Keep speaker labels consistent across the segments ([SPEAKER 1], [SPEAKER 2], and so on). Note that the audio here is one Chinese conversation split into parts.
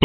[SPEAKER 1] 本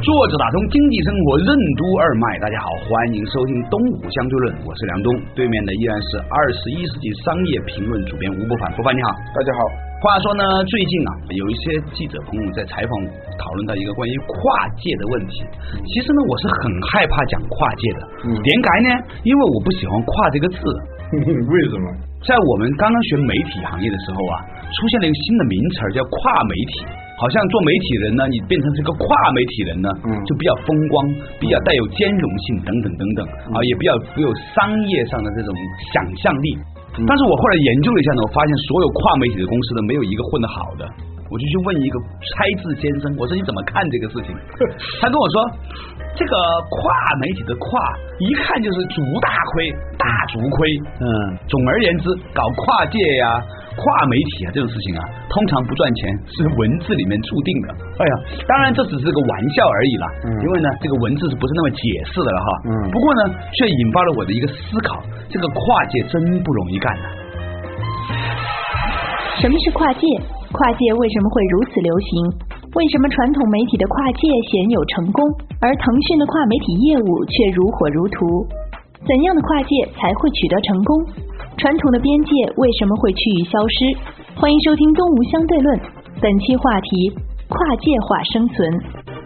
[SPEAKER 2] 坐着打通经济生活任督二脉，大家好，欢迎收听东吴相对论，我是梁东，对面的依然是二十一世纪商业评论主编吴伯凡，伯凡你好，大家好。话说呢，最近啊，有一些记者朋友在采访我，讨论到一个关于跨界的问题。其实呢，我是很害怕讲跨界的，点解呢？因为我不喜欢“跨”这个字。
[SPEAKER 3] 为什么？
[SPEAKER 2] 在我们刚刚学媒体行业的时候啊，出现了一个新的名词儿叫跨媒体。好像做媒体人呢，你变成是个跨媒体人呢，
[SPEAKER 3] 嗯
[SPEAKER 2] 就比较风光，比较带有兼容性等等等等啊，也比较具有商业上的这种想象力。但是我后来研究了一下呢，我发现所有跨媒体的公司呢，没有一个混得好的。我就去问一个拆字先生，我说你怎么看这个事 情？他跟我说，这个跨媒体的跨，一看就是竹大亏，大竹亏。嗯，总而言之，搞跨界呀、跨媒体啊这种事情啊，通常不赚钱，是文字里面注定的。哎呀，嗯当然这只是个玩笑而已啦，因为呢，这个文字是不是那么解释的了哈？
[SPEAKER 3] 嗯
[SPEAKER 2] 不过呢，却引发了我的一个思考，这个跨界真不容易干呐、
[SPEAKER 4] 什么是跨界？跨界为什么会如此流行？为什么传统媒体的跨界鲜有成功，而腾讯的跨媒体业务却如火如荼？怎样的跨界才会取得成功？传统的边界为什么会趋于消失？欢迎收听《东吴相对论》，本期话题：跨界化生存。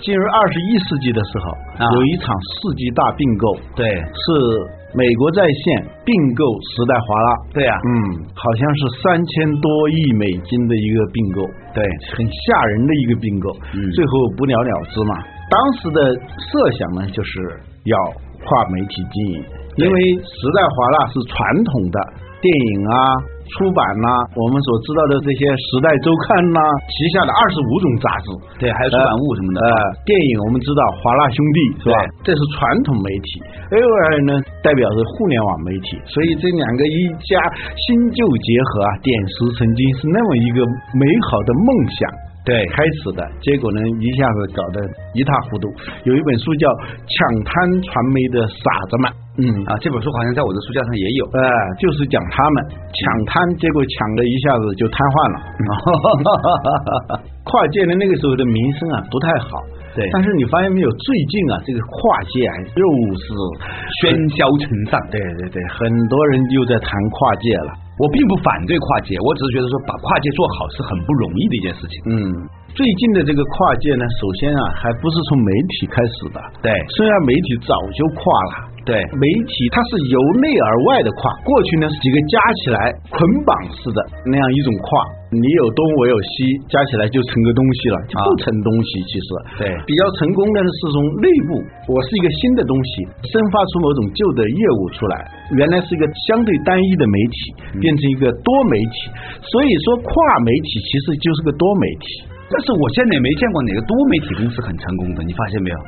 [SPEAKER 5] 进入二十一世纪的时候，
[SPEAKER 2] 啊
[SPEAKER 5] 有一场世纪大并购，
[SPEAKER 2] 对
[SPEAKER 5] 是美国在线并购时代华纳，
[SPEAKER 2] 对啊呀、
[SPEAKER 5] 嗯，好像是三千多亿美金的一个并购，
[SPEAKER 2] 对
[SPEAKER 5] 很吓人的一个并购，
[SPEAKER 2] 嗯
[SPEAKER 5] 最后不了了之嘛。当时的设想呢，就是要跨媒体经营，
[SPEAKER 2] 对
[SPEAKER 5] 因为时代华纳是传统的电影啊、出版呐、我们所知道的这些《时代周刊》呐、旗下的二十五种杂志，
[SPEAKER 2] 对，还有出版物什么的。
[SPEAKER 5] 呃，电影我们知道华纳兄弟是吧？这是传统媒体，AOL 呢代表着互联网媒体，所以这两个一家新旧结合啊，点石成金是那么一个美好的梦想。对，开始的结果呢，一下子搞得一塌糊涂。有一本书叫《抢滩传媒的傻子们》，嗯
[SPEAKER 2] 啊，这本书好像在我的书架上也有。
[SPEAKER 5] 呃，就是讲他们抢滩，结果抢了一下子就瘫痪了。 跨界的那个时候的名声啊不太好，
[SPEAKER 2] 对
[SPEAKER 5] 但是你发现没有，最近啊这个跨界啊又是
[SPEAKER 2] 喧嚣成上，
[SPEAKER 5] 对对对，很多人又在谈跨界了。
[SPEAKER 2] 我并不反对跨界，我只是觉得说把跨界做好是很不容易的一件事情。
[SPEAKER 5] 嗯，最近的这个跨界呢，首先啊还不是从媒体开始的，
[SPEAKER 2] 对
[SPEAKER 5] 虽然媒体早就跨了。
[SPEAKER 2] 对
[SPEAKER 5] 媒体它是由内而外的跨，过去呢是几个加起来捆绑式的那样一种跨，你有东我有西，加起来就成个东西了，就不
[SPEAKER 2] 啊
[SPEAKER 5] 成东西。其实
[SPEAKER 2] 对
[SPEAKER 5] 比较成功的是从内部，我是一个新的东西，生发出某种旧的业务出来，原来是一个相对单一的媒体，
[SPEAKER 2] 嗯
[SPEAKER 5] 变成一个多媒体，所以说跨媒体其实就是个多媒体。
[SPEAKER 2] 但是我现在也没见过哪个多媒体公司很成功的，你发现没有？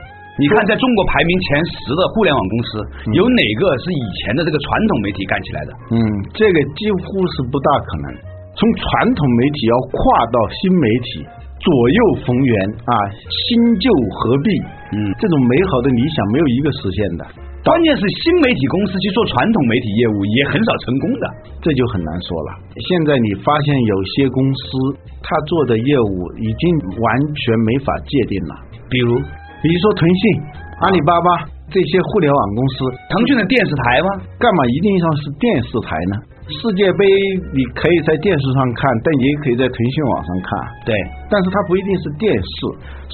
[SPEAKER 2] 你看，在中国排名前十的互联网公司，有哪个是以前的这个传统媒体干起来的？
[SPEAKER 5] 嗯，这个几乎是不大可能。从传统媒体要跨到新媒体，左右逢源啊，新旧合璧，
[SPEAKER 2] 嗯
[SPEAKER 5] 这种美好的理想没有一个实现的，
[SPEAKER 2] 关键是新媒体公司去做传统媒体业务也很少成功的。
[SPEAKER 5] 这就很难说了。现在你发现有些公司，他做的业务已经完全没法界定了，
[SPEAKER 2] 比如
[SPEAKER 5] 比如说腾讯、阿里巴巴这些互联网公司，
[SPEAKER 2] 腾讯的电视台吗？
[SPEAKER 5] 干嘛一定要是电视台呢？世界杯你可以在电视上看，但也可以在腾讯网上看。
[SPEAKER 2] 对，
[SPEAKER 5] 但是它不一定是电视，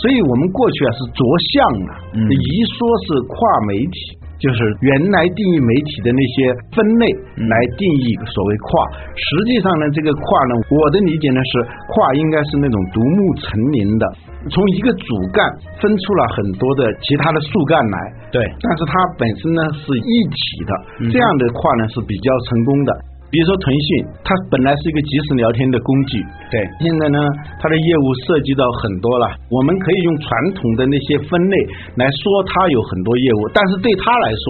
[SPEAKER 5] 所以我们过去啊是着相啊，
[SPEAKER 2] 嗯
[SPEAKER 5] 一说是跨媒体，就是原来定义媒体的那些分类
[SPEAKER 2] 嗯
[SPEAKER 5] 来定义所谓跨。实际上呢，这个跨呢，我的理解呢是跨应该是那种独木成林的，从一个主干分出了很多的其他的树干来。
[SPEAKER 2] 对嗯
[SPEAKER 5] 但是它本身呢是一体的，这样的跨呢是比较成功的。比如说腾讯，它本来是一个即时聊天的工具，
[SPEAKER 2] 对
[SPEAKER 5] 现在呢，它的业务涉及到很多了。我们可以用传统的那些分类来说它有很多业务，但是对它来说，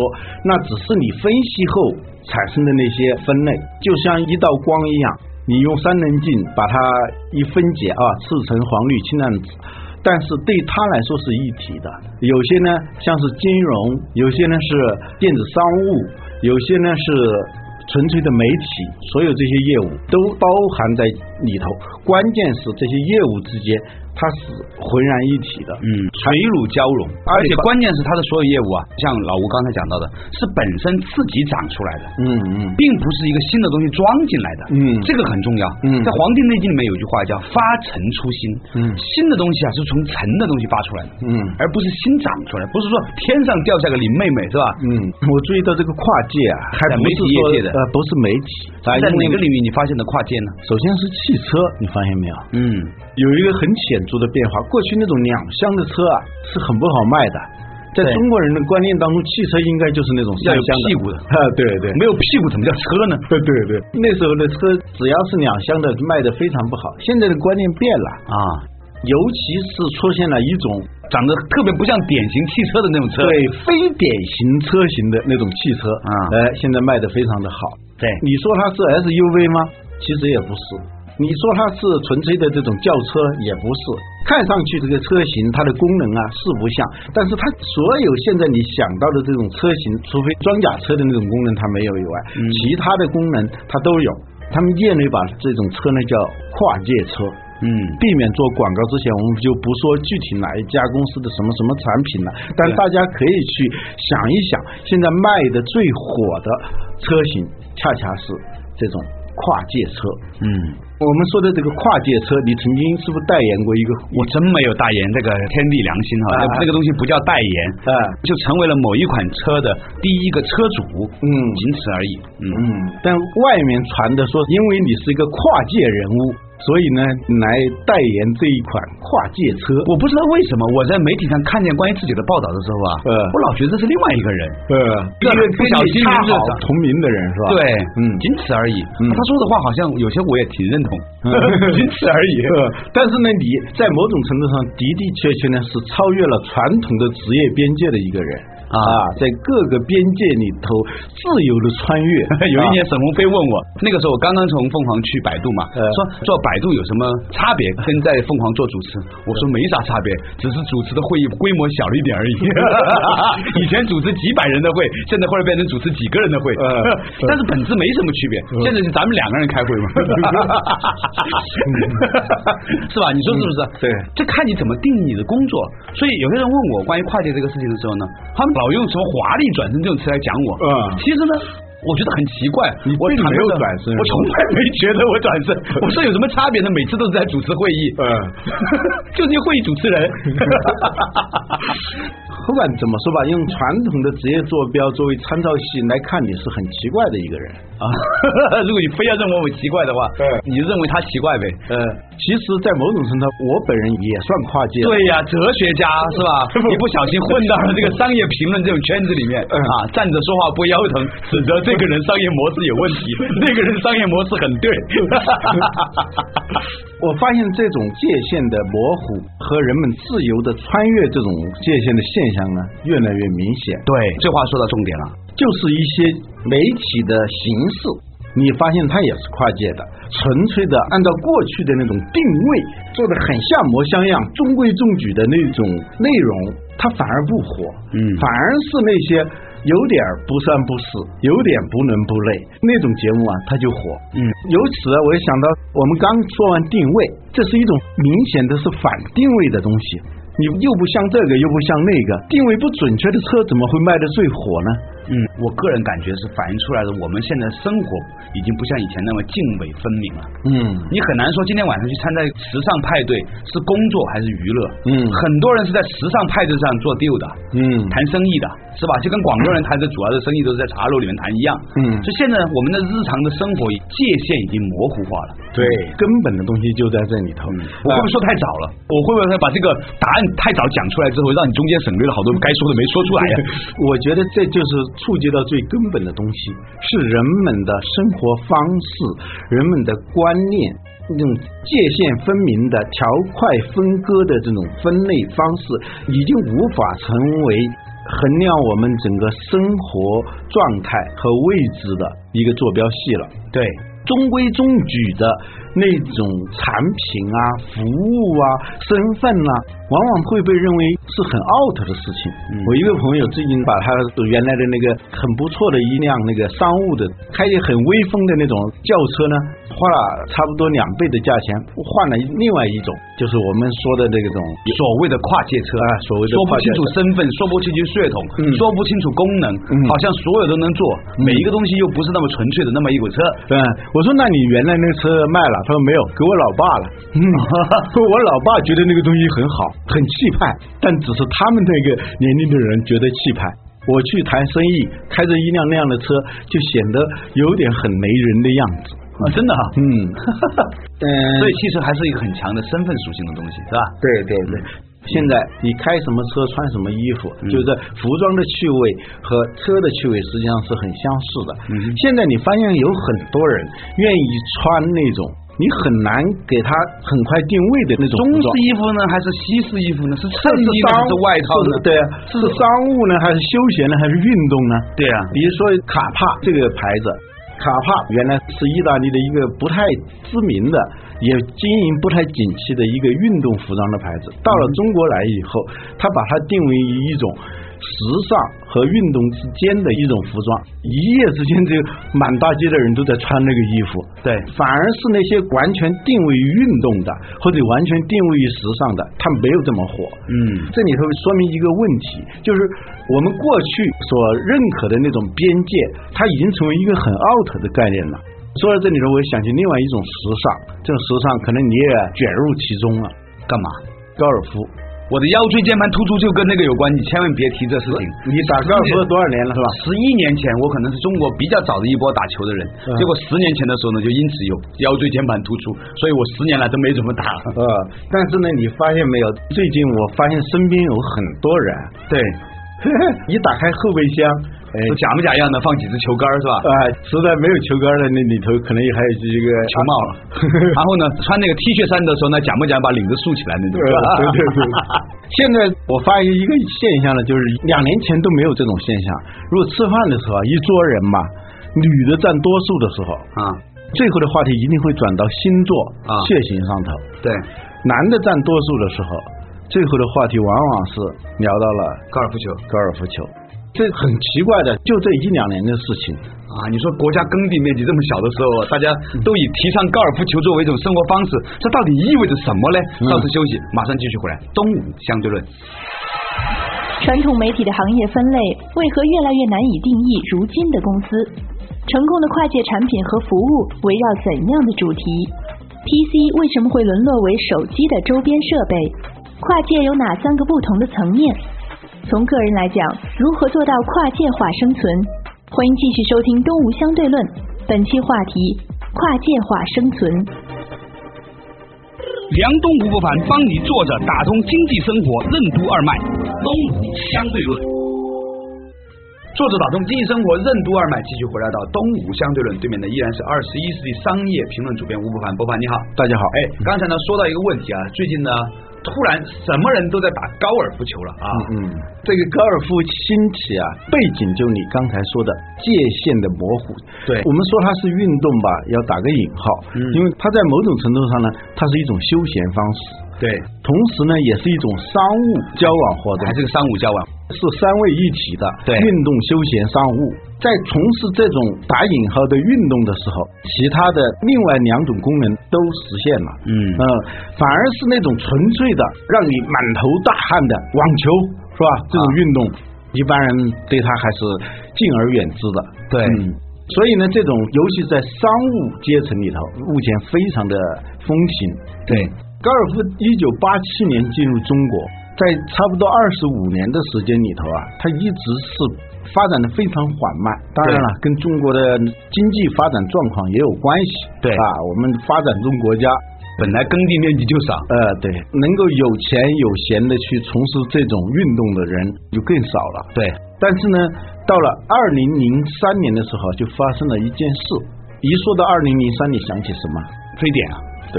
[SPEAKER 5] 那只是你分析后产生的那些分类，就像一道光一样，你用三棱镜把它一分解啊，赤橙黄绿青蓝紫。但是对它来说是一体的，有些呢像是金融，有些呢是电子商务，有些呢是纯粹的媒体，所有这些业务都包含在里头。关键是这些业务之间，它是浑然一体的。
[SPEAKER 2] 嗯，水乳交融，而且关键是它的所有业务啊，像老吴刚才讲到的，是本身自己长出来的，
[SPEAKER 5] 嗯嗯，
[SPEAKER 2] 并不是一个新的东西装进来的。
[SPEAKER 5] 嗯
[SPEAKER 2] 这个很重要。
[SPEAKER 5] 嗯
[SPEAKER 2] 在《黄帝内经》里面有句话叫“发陈出新”，
[SPEAKER 5] 嗯
[SPEAKER 2] 新的东西啊是从陈的东西发出来的，
[SPEAKER 5] 嗯
[SPEAKER 2] 而不是新长出来，不是说天上掉下个林妹妹是吧？
[SPEAKER 5] 嗯，我注意到这个跨界啊，还
[SPEAKER 2] 在
[SPEAKER 5] 不
[SPEAKER 2] 媒
[SPEAKER 5] 是
[SPEAKER 2] 体业
[SPEAKER 5] 说
[SPEAKER 2] 界的
[SPEAKER 5] 呃，不是媒体，啊
[SPEAKER 2] 在哪个
[SPEAKER 5] 因为
[SPEAKER 2] 领域你发现的跨界呢？
[SPEAKER 5] 首先是汽车，你发现没有？
[SPEAKER 2] 嗯，
[SPEAKER 5] 有一个很显著的变化。过去那种两厢的车啊，是很不好卖的。在
[SPEAKER 2] 对
[SPEAKER 5] 中国人的观念当中，汽车应该就是那种
[SPEAKER 2] 要
[SPEAKER 5] 三
[SPEAKER 2] 有
[SPEAKER 5] 厢
[SPEAKER 2] 屁股的
[SPEAKER 5] 啊， 对对，
[SPEAKER 2] 没有屁股怎么叫车呢？
[SPEAKER 5] 对对对，那时候的车只要是两厢的卖的非常不好，现在的观念变了，
[SPEAKER 2] 啊，
[SPEAKER 5] 尤其是出现了一种
[SPEAKER 2] 长得特别不像典型汽车的那种车。
[SPEAKER 5] 对非典型车型的那种汽车
[SPEAKER 2] 啊
[SPEAKER 5] 哎，现在卖的非常的好。
[SPEAKER 2] 对
[SPEAKER 5] 你说它是 SUV 吗？其实也不是。你说它是纯粹的这种轿车也不是，看上去这个车型它的功能啊是不像，但是它所有现在你想到的这种车型，除非装甲车的那种功能它没有以外，
[SPEAKER 2] 嗯
[SPEAKER 5] 其他的功能它都有。他们业内把这种车呢叫跨界车，
[SPEAKER 2] 嗯，
[SPEAKER 5] 避免做广告之前，我们就不说具体哪一家公司的什么什么产品了，但
[SPEAKER 2] 对
[SPEAKER 5] 大家可以去想一想，现在卖的最火的车型，恰恰是这种跨界车。
[SPEAKER 2] 嗯，
[SPEAKER 5] 我们说的这个跨界车，你曾经是不是代言过一个？
[SPEAKER 2] 我真没有代言这个天地良心
[SPEAKER 5] 啊
[SPEAKER 2] 哈，那个东西不叫代言，
[SPEAKER 5] 啊
[SPEAKER 2] 就成为了某一款车的第一个车主，
[SPEAKER 5] 嗯
[SPEAKER 2] 仅此而已，嗯
[SPEAKER 5] 嗯，但外面传的说，因为你是一个跨界人物，所以呢，来代言这一款跨界车。
[SPEAKER 2] 我不知道为什么我在媒体上看见关于自己的报道的时候啊，
[SPEAKER 5] 嗯
[SPEAKER 2] 我老觉得这是另外一个人，
[SPEAKER 5] 呃，
[SPEAKER 2] 因为不小心
[SPEAKER 5] 跟你恰
[SPEAKER 2] 认识
[SPEAKER 5] 好
[SPEAKER 2] 上
[SPEAKER 5] 同名的人是吧？
[SPEAKER 2] 对，
[SPEAKER 5] 嗯，
[SPEAKER 2] 仅此而已。
[SPEAKER 5] 嗯
[SPEAKER 2] 他说的话好像有些我也挺 认同，
[SPEAKER 5] 仅此而 已。呃但是呢，你在某种程度上的的确确呢是超越了传统的职业边界的一个人
[SPEAKER 2] 啊
[SPEAKER 5] 在各个边界里头自由的穿 越啊
[SPEAKER 2] 。有一年，沈鸿飞问我，那个时候我刚刚从凤凰去百度嘛，
[SPEAKER 5] 嗯
[SPEAKER 2] 说做百度有什么差别，跟在凤凰做主持？我说没啥差别，只是主持的会议规模小了一点而已。 以前主持几百人的会，现在后来变成主持几个人的会
[SPEAKER 5] 嗯，
[SPEAKER 2] 但是本质没什么区别。现在是咱们两个人开会嘛， 是吧？你说是不是？
[SPEAKER 5] 对
[SPEAKER 2] 这看你怎么定义你的工作。所以有些人问我关于跨界这个事情的时候呢，他们老用什么华丽转身这种词来讲我，
[SPEAKER 5] 嗯
[SPEAKER 2] 其实呢。我觉得很奇怪，
[SPEAKER 5] 你
[SPEAKER 2] 我
[SPEAKER 5] 并
[SPEAKER 2] 坦
[SPEAKER 5] 没
[SPEAKER 2] 白
[SPEAKER 5] 有
[SPEAKER 2] 地
[SPEAKER 5] 转身
[SPEAKER 2] 我从来没觉得我转身。 我说有什么差别呢？每次都是在主持会议，
[SPEAKER 5] 嗯，
[SPEAKER 2] 就是会议主持人。
[SPEAKER 5] 不管怎么说吧，用传统的职业坐标作为参照系来看，你是很奇怪的一个人。
[SPEAKER 2] 啊，如果你非要认为我奇怪的话，
[SPEAKER 5] 嗯
[SPEAKER 2] 你认为他奇怪呗？
[SPEAKER 5] 呃，其实，在某种程度上，我本人也算跨界。
[SPEAKER 2] 对呀、哲学家是吧？ 一不小心混到了这个商业评论这种圈子里面啊，站着说话不腰疼，使得这个人商业模式有 问题，那个人商业模式很对。
[SPEAKER 5] 我发现这种界限的模糊和人们自由的穿越这种界限的现象呢，越来越明显。
[SPEAKER 2] 对，这话说到重点了。
[SPEAKER 5] 就是一些媒体的形式，你发现它也是跨界的，纯粹的按照过去的那种定位做的很像模像样、中规中矩的那种内容，它反而不火，
[SPEAKER 2] 嗯
[SPEAKER 5] 反而是那些有点儿不三不四、有点不伦不类那种节目啊，它就火，
[SPEAKER 2] 嗯
[SPEAKER 5] 由此啊，我就想到我们刚说完定位，这是一种明显的是反定位的东西。你又不像这个，又不像那个，定位不准确的车怎么会卖得最火呢？
[SPEAKER 2] 嗯，我个人感觉是反映出来了，我们现在生活已经不像以前那么泾渭分明了。
[SPEAKER 5] 嗯
[SPEAKER 2] 你很难说今天晚上去参加时尚派对是工作还是娱乐。
[SPEAKER 5] 嗯
[SPEAKER 2] 很多人是在时尚派对上做 deal 的，
[SPEAKER 5] 嗯
[SPEAKER 2] 谈生意的，是吧？就跟广州人谈的主要的生意都是在茶楼里面谈一样。
[SPEAKER 5] 嗯
[SPEAKER 2] 就现在我们的日常的生活界限已经模糊化了。
[SPEAKER 5] 对，嗯根本的东西就在这里头。
[SPEAKER 2] 我会不会说太早了？我会不会把这个答案太早讲出来之后，让你中间省略了好多该说的没说出来呀？
[SPEAKER 5] 我觉得这就是触及到最根本的东西，是人们的生活方式、人们的观念。那种界限分明的、条块分割的这种分类方式，已经无法成为衡量我们整个生活状态和位置的一个坐标系了。
[SPEAKER 2] 对，
[SPEAKER 5] 中规中矩的那种产品啊、服务啊、身份啊，往往会被认为是很 out 的事情。
[SPEAKER 2] 嗯
[SPEAKER 5] 我一个朋友最近把他原来的那个很不错的一辆那个商务的、开得很威风的那种轿车呢，花了差不多两倍的价钱换了另外一种，就是我们说的这种
[SPEAKER 2] 所谓的跨界车
[SPEAKER 5] 啊，所谓的
[SPEAKER 2] 说不
[SPEAKER 5] 跨界
[SPEAKER 2] 清楚
[SPEAKER 5] 车
[SPEAKER 2] 身份，说不清楚血统，
[SPEAKER 5] 嗯
[SPEAKER 2] 说不清楚功能，
[SPEAKER 5] 嗯
[SPEAKER 2] 好像所有都能做，每一个东西又不是那么纯粹的那么一股车。
[SPEAKER 5] 嗯，我说那你原来那个车卖了？他说没有，给我老爸了。嗯， 我老爸觉得那个东西很好，很气派，但只是他们那个年龄的人觉得气派。我去谈生意，开着一辆那样的车，就显得有点很没人的样子。
[SPEAKER 2] 啊，真的哈、
[SPEAKER 5] 嗯，嗯
[SPEAKER 2] 所以其实还是一个很强的身份属性的东西，是吧？
[SPEAKER 5] 对对对。现在你开什么车，穿什么衣服，
[SPEAKER 2] 嗯
[SPEAKER 5] 就是服装的趣味和车的趣味实际上是很相似的。
[SPEAKER 2] 嗯
[SPEAKER 5] 现在你发现有很多人愿意穿那种你很难给他很快定位的那种
[SPEAKER 2] 中
[SPEAKER 5] 服
[SPEAKER 2] 式
[SPEAKER 5] 装。
[SPEAKER 2] 衣服呢，还是西式衣服呢？是衬
[SPEAKER 5] 这
[SPEAKER 2] 衣呢，还是外套呢？
[SPEAKER 5] 对啊，是商务呢，还是休闲呢，还是运动呢？
[SPEAKER 2] 对啊
[SPEAKER 5] 比如说卡帕这个牌子，卡帕原来是意大利的一个不太知名的，也经营不太景气的一个运动服装的牌子。到了中国来以后，他把它定位于一种。时尚和运动之间的一种服装，一夜之间，这个满大街的人都在穿那个衣服。
[SPEAKER 2] 对
[SPEAKER 5] 反而是那些完全定位于运动的，或者完全定位于时尚的，他没有这么火。
[SPEAKER 2] 嗯
[SPEAKER 5] 这里头说明一个问题，就是我们过去所认可的那种边界，它已经成为一个很 out 的概念了。说到这里头，我想起另外一种时尚，这种时尚可能你也卷入其中了。
[SPEAKER 2] 干嘛？
[SPEAKER 5] 高尔夫，
[SPEAKER 2] 我的腰椎间盘突出就跟那个有关，你千万别提这事情。
[SPEAKER 5] 你打高尔夫多少年了是吧？
[SPEAKER 2] 十一年前，我可能是中国比较早的一波打球的人，
[SPEAKER 5] 嗯
[SPEAKER 2] 结果十年前的时候呢，就因此有腰椎间盘突出，所以我十年来都没怎么打。
[SPEAKER 5] 呃，但是呢，你发现没有？最近我发现身边有很多人，
[SPEAKER 2] 对，
[SPEAKER 5] 一打开后备箱，哎，
[SPEAKER 2] 都假模假样的放几只球杆儿是吧？
[SPEAKER 5] 啊、实在没有球杆的那里头，可能也还有这个
[SPEAKER 2] 球 帽了，
[SPEAKER 5] 嗯
[SPEAKER 2] 然后呢，穿那个 T 恤衫的时候呢，假模假样把领子竖起来那种。
[SPEAKER 5] 啊对嗯对对对。 现在我发现一个现象呢，就是两年前都没有这种现象。如果吃饭的时候啊，一桌人嘛，女的占多数的时候，
[SPEAKER 2] 啊，
[SPEAKER 5] 最后的话题一定会转到星座、
[SPEAKER 2] 啊
[SPEAKER 5] 血型上头；
[SPEAKER 2] 对，
[SPEAKER 5] 男的占多数的时候，最后的话题往往是聊到了
[SPEAKER 2] 高尔夫球
[SPEAKER 5] 高尔夫球。这很奇怪的，就这一两年的事情，
[SPEAKER 2] 啊，你说国家耕地面积这么小的时候，大家
[SPEAKER 5] 嗯
[SPEAKER 2] 都以提倡高尔夫球作为一种生活方式，这到底意味着什么呢？
[SPEAKER 5] 嗯
[SPEAKER 2] 到此休息，马上继续回来。东吴相对论，
[SPEAKER 4] 传统媒体的行业分类为何越来越难以定义如今的公司？成功的跨界产品和服务围绕怎样的主题？PC 为什么会沦落为手机的周边设备？跨界有哪三个不同的层面？从个人来讲，如何做到跨界化生存？欢迎继续收听《东吴相对论》，本期话题：跨界化生存。
[SPEAKER 6] 梁东吴不凡帮你坐着打通经济生活任督二脉，东吴相对论。
[SPEAKER 2] 作者打通经济生活任督二脉，继续回来到东吴相对论对面的依然是二十一世纪商业评论主编吴不凡，博凡你好。
[SPEAKER 5] 大家好，
[SPEAKER 2] 哎，刚才呢说到一个问题啊，最近呢突然什么人都在打高尔夫球了啊，
[SPEAKER 5] 嗯，这个高尔夫兴起啊，背景就你刚才说的界限的模糊。
[SPEAKER 2] 对
[SPEAKER 5] 我们说它是运动吧，要打个引号，
[SPEAKER 2] 嗯
[SPEAKER 5] 因为它在某种程度上呢，它是一种休闲方式，
[SPEAKER 2] 对，
[SPEAKER 5] 同时呢，也是一种商务交往活动
[SPEAKER 2] 还，是个商务交往，
[SPEAKER 5] 是三位一体的，
[SPEAKER 2] 对
[SPEAKER 5] 运动、休闲、商务。在从事这种打引号的运动的时候，其他的另外两种功能都实现了。
[SPEAKER 2] 嗯
[SPEAKER 5] 呃，反而是那种纯粹的让你满头大汗的网球，是
[SPEAKER 2] 啊
[SPEAKER 5] 吧？这种运动，一般人对它还是敬而远之的。
[SPEAKER 2] 对
[SPEAKER 5] 嗯所以呢，这种尤其在商务阶层里头，目前非常的风行。
[SPEAKER 2] 对，
[SPEAKER 5] 高尔夫一九八七年进入中国，在差不多二十五年的时间里头啊，它一直是发展的非常缓慢。当然了，跟中国的经济发展状况也有关系。
[SPEAKER 2] 对
[SPEAKER 5] 啊，我们发展中国家
[SPEAKER 2] 本来耕地面积就少，
[SPEAKER 5] 呃，对，能够有钱有闲的去从事这种运动的人就更少了。
[SPEAKER 2] 对，
[SPEAKER 5] 但是呢，到了二零零三年的时候，就发生了一件事。一说到二零零三，你想起什么？
[SPEAKER 2] 非典啊，
[SPEAKER 5] 对，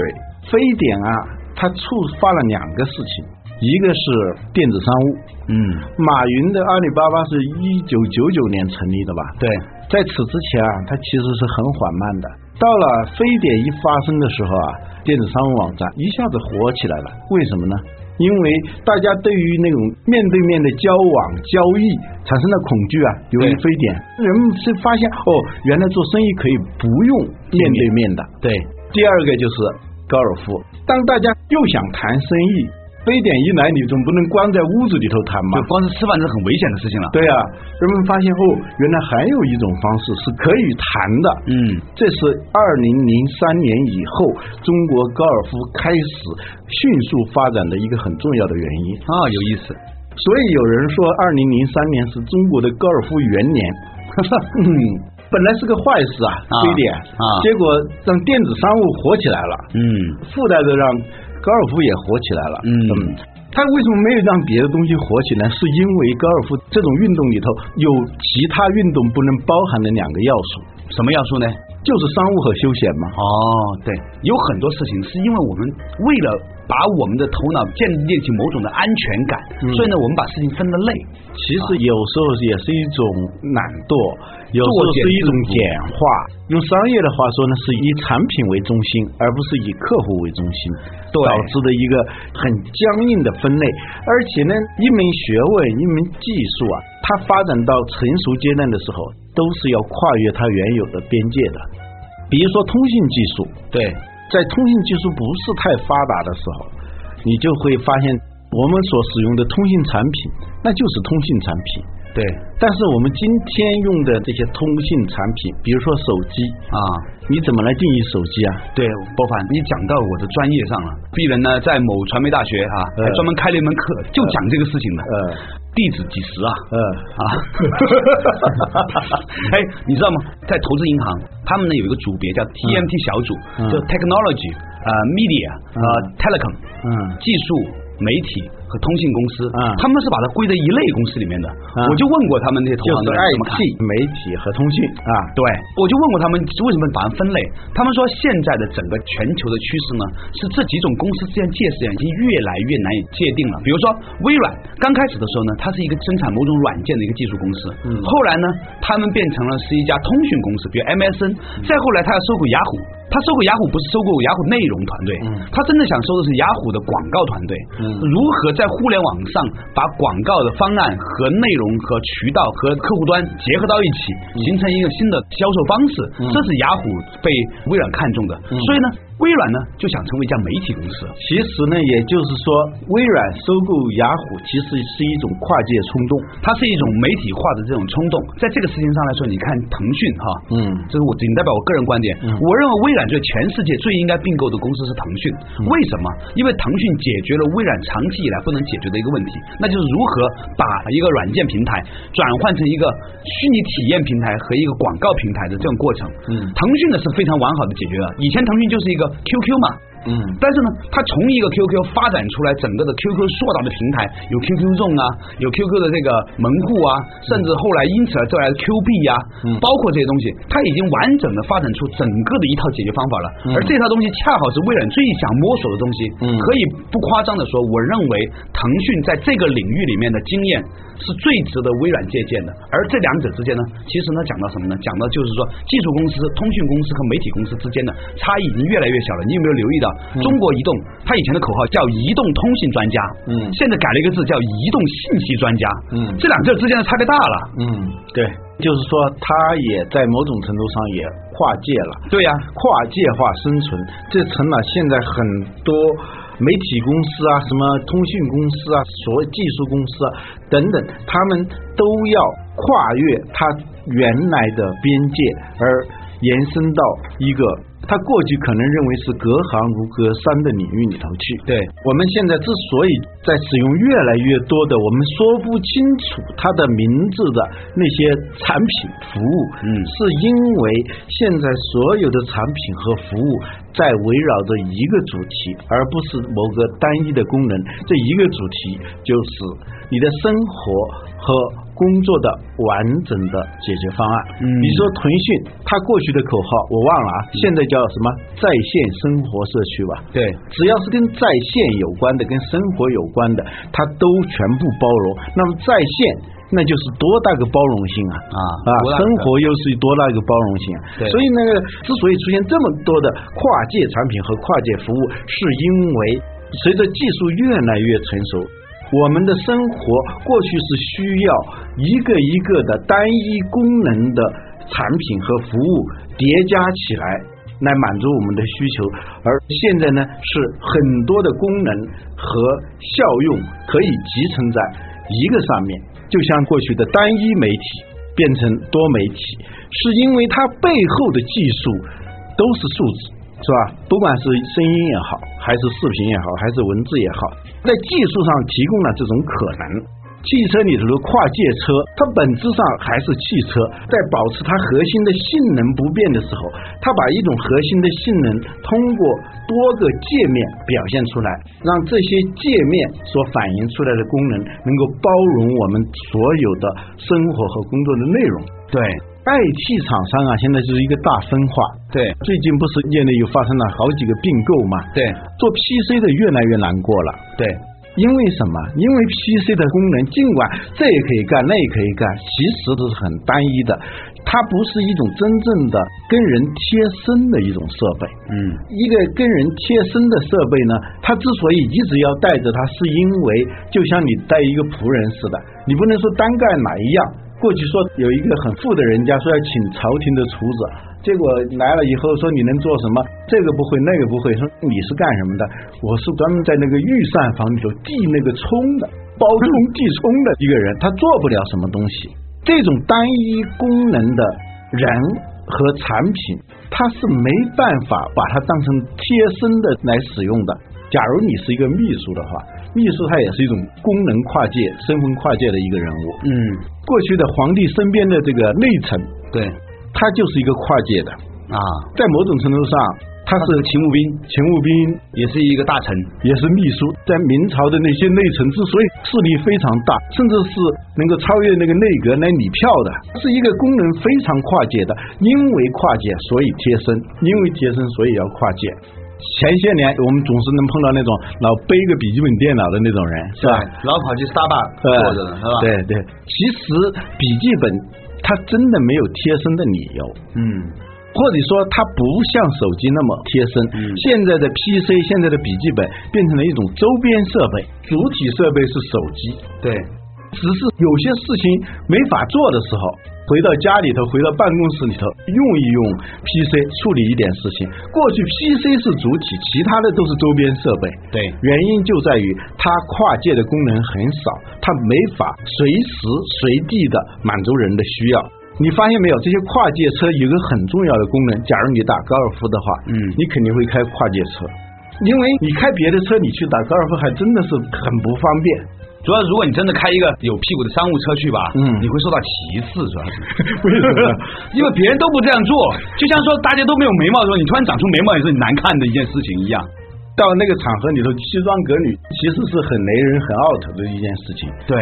[SPEAKER 5] 非典啊，它触发了两个事情，一个是电子商务，
[SPEAKER 2] 嗯，
[SPEAKER 5] 马云的阿里巴巴是一九九九年成立的吧？
[SPEAKER 2] 对，
[SPEAKER 5] 在此之前啊，它其实是很缓慢的。到了非典一发生的时候啊，电子商务网站一下子火起来了。为什么呢？因为大家对于那种面对面的交往交易产生了恐惧啊，由于
[SPEAKER 2] 对
[SPEAKER 5] 非典，人们是发现哦，原来做生意可以不用面对面的。
[SPEAKER 2] 对，
[SPEAKER 5] 第二个就是高尔夫。当大家又想谈生意，非典一来，你总不能关在屋子里头谈吧
[SPEAKER 2] 就？光是吃饭是很危险的事情了。
[SPEAKER 5] 对啊，人们发现后，原来还有一种方式是可以谈的。
[SPEAKER 2] 嗯，
[SPEAKER 5] 这是二零零三年以后中国高尔夫开始迅速发展的一个很重要的原因。
[SPEAKER 2] 啊，有意思。
[SPEAKER 5] 所以有人说，二零零三年是中国的高尔夫元年。嗯， 本来是个坏事啊，
[SPEAKER 2] 啊
[SPEAKER 5] 非典
[SPEAKER 2] 啊
[SPEAKER 5] 结果让电子商务火起来了。
[SPEAKER 2] 嗯，
[SPEAKER 5] 附带着让高尔夫也火起来了。
[SPEAKER 2] 嗯
[SPEAKER 5] 他为什么没有让别的东西火起来？是因为高尔夫这种运动里头有其他运动不能包含的两个要素，
[SPEAKER 2] 什么要素呢？
[SPEAKER 5] 就是商务和休闲嘛。
[SPEAKER 2] 哦，对，有很多事情是因为我们为了把我们的头脑建立起某种的安全感，
[SPEAKER 5] 嗯
[SPEAKER 2] 所以呢，我们把事情分了类。
[SPEAKER 5] 其实有时候也是一种懒惰，有时候是一种简化。用商业的话说呢，是以产品为中心，而不是以客户为中心，导致的一个很僵硬的分类。而且呢，一门学问、一门技术啊，它发展到成熟阶段的时候，都是要跨越它原有的边界的。比如说通信技术，
[SPEAKER 2] 对，
[SPEAKER 5] 在通信技术不是太发达的时候，你就会发现我们所使用的通信产品，那就是通信产品。
[SPEAKER 2] 对，
[SPEAKER 5] 但是我们今天用的这些通信产品，比如说手机，
[SPEAKER 2] 啊，
[SPEAKER 5] 你怎么来定义手机啊？
[SPEAKER 2] 对，博凡，你讲到我的专业上了。鄙人呢，在某传媒大学啊，还
[SPEAKER 5] 呃
[SPEAKER 2] 专门开了一门课，就讲这个事情的。
[SPEAKER 5] 呃
[SPEAKER 2] 地址几十啊？
[SPEAKER 5] 呃，
[SPEAKER 2] 啊， 哎，你知道吗？在投资银行，他们呢有一个组别叫 TMT 小组，
[SPEAKER 5] 嗯
[SPEAKER 2] 叫 Technology 呃 Media 呃 Telecom
[SPEAKER 5] 嗯
[SPEAKER 2] 技术。媒体和通信公司，
[SPEAKER 5] 嗯
[SPEAKER 2] 他们是把它归在一类公司里面的。
[SPEAKER 5] 嗯
[SPEAKER 2] 我就问过他们那些投
[SPEAKER 5] 就是
[SPEAKER 2] 行的人怎么
[SPEAKER 5] IT
[SPEAKER 2] 看，
[SPEAKER 5] 媒体和通讯啊。
[SPEAKER 2] 对，我就问过他们为什么把它分类，他们说现在的整个全球的趋势呢，是这几种公司之间界限已经越来越难以界定了。比如说微软，刚开始的时候呢，它是一个生产某种软件的一个技术公司，
[SPEAKER 5] 嗯
[SPEAKER 2] 后来呢，他们变成了是一家通讯公司，比如 MSN，再后来他要收购雅虎。他收购雅虎不是收购雅虎内容团队，
[SPEAKER 5] 嗯
[SPEAKER 2] 他真的想收的是雅虎的广告团队。
[SPEAKER 5] 嗯
[SPEAKER 2] 如何在互联网上把广告的方案和内容和渠道和客户端结合到一起，形成一个新的销售方式？这是雅虎被微软看中的。所以呢，微软呢就想成为一家媒体公司。
[SPEAKER 5] 其实呢，也就是说，微软收购雅虎其实是一种跨界冲动。
[SPEAKER 2] 它是一种媒体化的这种冲动，在这个事情上来说，你看腾讯哈，
[SPEAKER 5] 嗯
[SPEAKER 2] 这是我仅代表我个人观点，
[SPEAKER 5] 嗯
[SPEAKER 2] 我认为微软对全世界最应该并购的公司是腾讯。
[SPEAKER 5] 嗯
[SPEAKER 2] 为什么？因为腾讯解决了微软长期以来不能解决的一个问题，那就是如何把一个软件平台转换成一个虚拟体验平台和一个广告平台的这种过程。
[SPEAKER 5] 嗯
[SPEAKER 2] 腾讯呢是非常完好的解决了，以前腾讯就是一个 QQ 嘛。
[SPEAKER 5] 嗯
[SPEAKER 2] 但是呢，它从一个 QQ 发展出来整个的 QQ 硕大的平台，有 QQ 众啊，有 QQ 的这个门户啊，甚至后来因此而带来的 Q 币啊，
[SPEAKER 5] 嗯
[SPEAKER 2] 包括这些东西，它已经完整的发展出整个的一套解决方法了。
[SPEAKER 5] 嗯
[SPEAKER 2] 而这套东西恰好是微软最想摸索的东西。
[SPEAKER 5] 嗯
[SPEAKER 2] 可以不夸张的说，我认为腾讯在这个领域里面的经验是最值得微软借鉴的。而这两者之间呢，其实呢讲到什么呢？讲到就是说，技术公司、通讯公司和媒体公司之间的差异已经越来越小了。你有没有留意到，中国移动它以前的口号叫移动通信专家，
[SPEAKER 5] 嗯
[SPEAKER 2] 现在改了一个字叫移动信息专家，
[SPEAKER 5] 嗯
[SPEAKER 2] 这两者之间的差别大了。
[SPEAKER 5] 嗯，对，就是说，它也在某种程度上也跨界了。
[SPEAKER 2] 对呀、
[SPEAKER 5] 跨界化生存，这成了现在很多媒体公司啊、什么通讯公司啊、所谓技术公司啊等等，他们都要跨越它原来的边界，而延伸到一个。他过去可能认为是隔行如隔山的领域里头去。
[SPEAKER 2] 对
[SPEAKER 5] 我们现在之所以在使用越来越多的我们说不清楚它的名字的那些产品服务，
[SPEAKER 2] 嗯
[SPEAKER 5] 是因为现在所有的产品和服务在围绕着一个主题，而不是某个单一的功能。这一个主题就是你的生活和工作的完整的解决方案。
[SPEAKER 2] 嗯
[SPEAKER 5] 你说腾讯它过去的口号我忘了啊，现在叫什么在线生活社区吧？
[SPEAKER 2] 对，
[SPEAKER 5] 只要是跟在线有关的、跟生活有关的，它都全部包容。那么在线。那就是多大个包容性啊！
[SPEAKER 2] 啊
[SPEAKER 5] 啊
[SPEAKER 2] 多大，
[SPEAKER 5] 生
[SPEAKER 2] 个
[SPEAKER 5] 活又是多大一个包容性啊、
[SPEAKER 2] 对
[SPEAKER 5] 所以那个之所以出现这么多的跨界产品和跨界服务，是因为随着技术越来越成熟。我们的生活过去是需要一个一个的单一功能的产品和服务叠加起来，来满足我们的需求，而现在呢是很多的功能和效用可以集成在一个上面，就像过去的单一媒体变成多媒体，是因为它背后的技术都是数字，是吧？不管是声音也好，还是视频也好，还是文字也好，在技术上提供了这种可能。汽车里头的跨界车，它本质上还是汽车，在保持它核心的性能不变的时候，它把一种核心的性能通过多个界面表现出来，让这些界面所反映出来的功能能够包容我们所有的生活和工作的内容。
[SPEAKER 2] 对
[SPEAKER 5] IT 厂商啊，现在就是一个大分化。
[SPEAKER 2] 对
[SPEAKER 5] 最近不是业内又发生了好几个并购嘛？
[SPEAKER 2] 对
[SPEAKER 5] 做 PC 的越来越难过了。
[SPEAKER 2] 对，
[SPEAKER 5] 因为什么？因为 PC 的功能，尽管这也可以干，那也可以干，其实都是很单一的，它不是一种真正的跟人贴身的一种设备。
[SPEAKER 2] 嗯
[SPEAKER 5] 一个跟人贴身的设备呢，它之所以一直要带着它，是因为就像你带一个仆人似的，你不能说单干哪一样。过去说有一个很富的人家说要请朝廷的厨子，结果来了以后说你能做什么？这个不会，那个不会。说你是干什么的？我是专门在那个御膳房里头递那个葱的，包葱递葱的一个人，他做不了什么东西。这种单一功能的人和产品，它是没办法把它当成贴身的来使用的。假如你是一个秘书的话，秘书他也是一种功能跨界、身份跨界的一个人物。
[SPEAKER 2] 嗯，
[SPEAKER 5] 过去的皇帝身边的这个内臣，
[SPEAKER 2] 对
[SPEAKER 5] 他就是一个跨界的，
[SPEAKER 2] 啊，
[SPEAKER 5] 在某种程度上，他是
[SPEAKER 2] 秦务兵
[SPEAKER 5] 勤务兵，
[SPEAKER 2] 也是一个大臣，
[SPEAKER 5] 也是秘书，在明朝的那些内臣之所以势力非常大，甚至是能够超越那个内阁来理票的，是一个功能非常跨界的。因为跨界，所以贴身；因为贴身，所以要跨界。前些年我们总是能碰到那种老背个笔记本电脑的那种人，是吧？
[SPEAKER 2] 老跑去沙巴
[SPEAKER 5] 呃
[SPEAKER 2] 啊坐着呢，是吧？，
[SPEAKER 5] 对对，其实笔记本它真的没有贴身的理由。
[SPEAKER 2] 嗯
[SPEAKER 5] 或者说它不像手机那么贴身。现在的 PC，现在的笔记本变成了一种周边设备，主体设备是手机。
[SPEAKER 2] 对，
[SPEAKER 5] 只是有些事情没法做的时候，回到家里头，回到办公室里头，用一用 PC 处理一点事情。过去 PC 是主体，其他的都是周边设备。
[SPEAKER 2] 对
[SPEAKER 5] 原因就在于它跨界的功能很少，它没法随时随地的满足人的需要。你发现没有，这些跨界车有个很重要的功能。假如你打高尔夫的话，
[SPEAKER 2] 嗯
[SPEAKER 5] 你肯定会开跨界车，因为你开别的车，你去打高尔夫还真的是很不方便。
[SPEAKER 2] 主要如果你真的开一个有屁股的商务车去吧，
[SPEAKER 5] 嗯
[SPEAKER 2] 你会受到歧视，主要是
[SPEAKER 5] 为什么呢？
[SPEAKER 2] 因为别人都不这样做，就像说大家都没有眉毛的时候，你突然长出眉毛也是很难看的一件事情一样。
[SPEAKER 5] 到那个场合里头西装革履，其实是很雷人、很 out 的一件事情。
[SPEAKER 2] 对，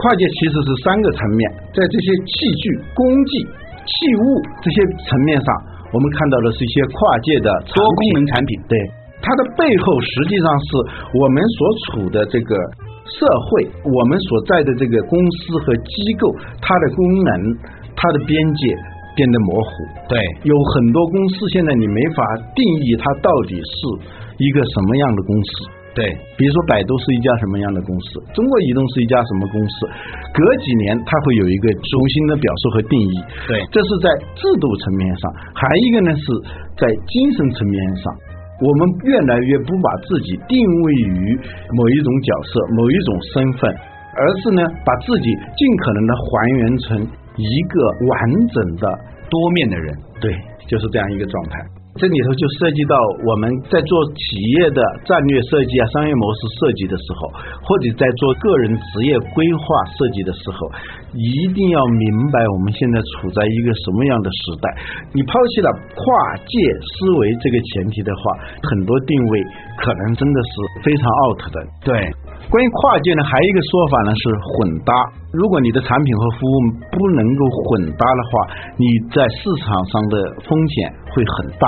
[SPEAKER 5] 跨界其实是三个层面，在这些器具、工具、器物这些层面上，我们看到的是一些跨界的产
[SPEAKER 2] 多功
[SPEAKER 5] 品
[SPEAKER 2] 能产品，
[SPEAKER 5] 对，它的背后实际上是我们所处的这个社会，我们所在的这个公司和机构，它的功能、它的边界变得模糊。
[SPEAKER 2] 对
[SPEAKER 5] 有很多公司现在你没法定义它到底是一个什么样的公司。
[SPEAKER 2] 对
[SPEAKER 5] 比如说，百度是一家什么样的公司？中国移动是一家什么公司？隔几年，它会有一个重新的表述和定义。
[SPEAKER 2] 对
[SPEAKER 5] 这是在制度层面上，还一个呢是在精神层面上。我们越来越不把自己定位于某一种角色、某一种身份，而是呢把自己尽可能的还原成一个完整的
[SPEAKER 2] 多面的人，
[SPEAKER 5] 对，就是这样一个状态。这里头就涉及到我们在做企业的战略设计啊、商业模式设计的时候，或者在做个人职业规划设计的时候，一定要明白我们现在处在一个什么样的时代。你抛弃了跨界思维这个前提的话，很多定位可能真的是非常 out 的。
[SPEAKER 2] 对，
[SPEAKER 5] 关于跨界呢，还有一个说法呢是混搭。如果你的产品和服务不能够混搭的话，你在市场上的风险会很大。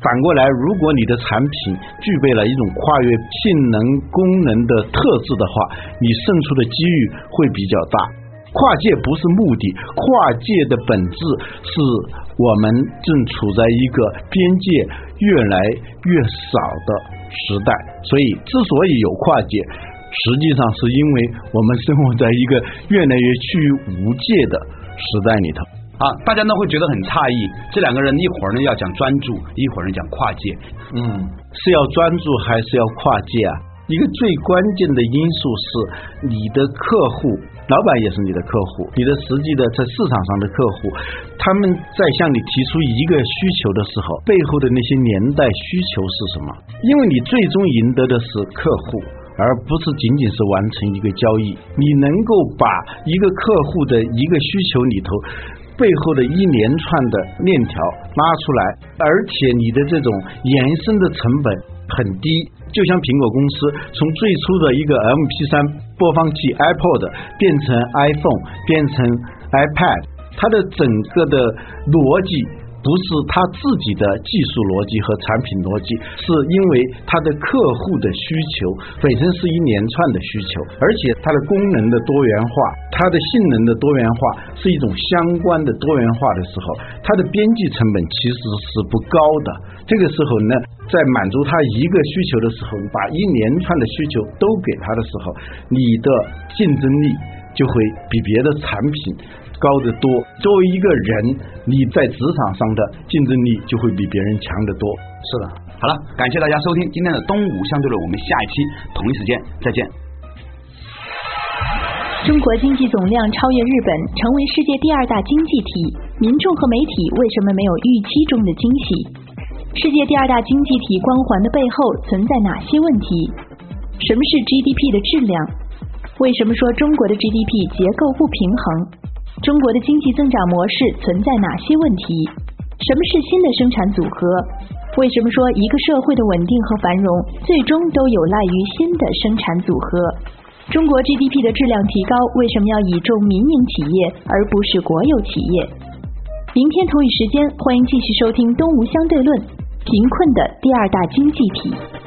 [SPEAKER 5] 反过来，如果你的产品具备了一种跨越性能、功能的特质的话，你胜出的机遇会比较大。跨界不是目的，跨界的本质是我们正处在一个边界越来越少的时代，所以之所以有跨界，实际上是因为我们生活在一个越来越趋于无界的时代里头。
[SPEAKER 2] 啊，大家呢会觉得很诧异，这两个人一会儿呢要讲专注，一会儿呢讲跨界，
[SPEAKER 5] 嗯，是要专注还是要跨界啊？一个最关键的因素是你的客户，老板也是你的客户，你的实际的在市场上的客户，他们在向你提出一个需求的时候，背后的那些年代需求是什么？因为你最终赢得的是客户。而不是仅仅是完成一个交易，你能够把一个客户的一个需求里头背后的一连串的链条拉出来，而且你的这种延伸的成本很低，就像苹果公司从最初的一个 MP3 播放器 iPod 变成 iPhone，变成 iPad，它的整个的逻辑。不是它自己的技术逻辑和产品逻辑，是因为它的客户的需求本身是一连串的需求，而且它的功能的多元化，它的性能的多元化是一种相关的多元化的时候，它的边际成本其实是不高的。这个时候呢，在满足他一个需求的时候，你把一连串的需求都给他的时候，你的竞争力就会比别的产品。高得多。作为一个人，你在职场上的竞争力就会比别人强得多。
[SPEAKER 2] 是的，好了，感谢大家收听今天的《东吴相对论》，我们下一期同一时间再见。
[SPEAKER 4] 中国经济总量超越日本，成为世界第二大经济体。民众和媒体为什么没有预期中的惊喜？世界第二大经济体光环的背后存在哪些问题？什么是 GDP 的质量？为什么说中国的 GDP 结构不平衡？中国的经济增长模式存在哪些问题？什么是新的生产组合？为什么说一个社会的稳定和繁荣最终都有赖于新的生产组合？中国 GDP 的质量提高为什么要倚重民营企业而不是国有企业？明天同一时间，欢迎继续收听《东吴相对论》：贫困的第二大经济体。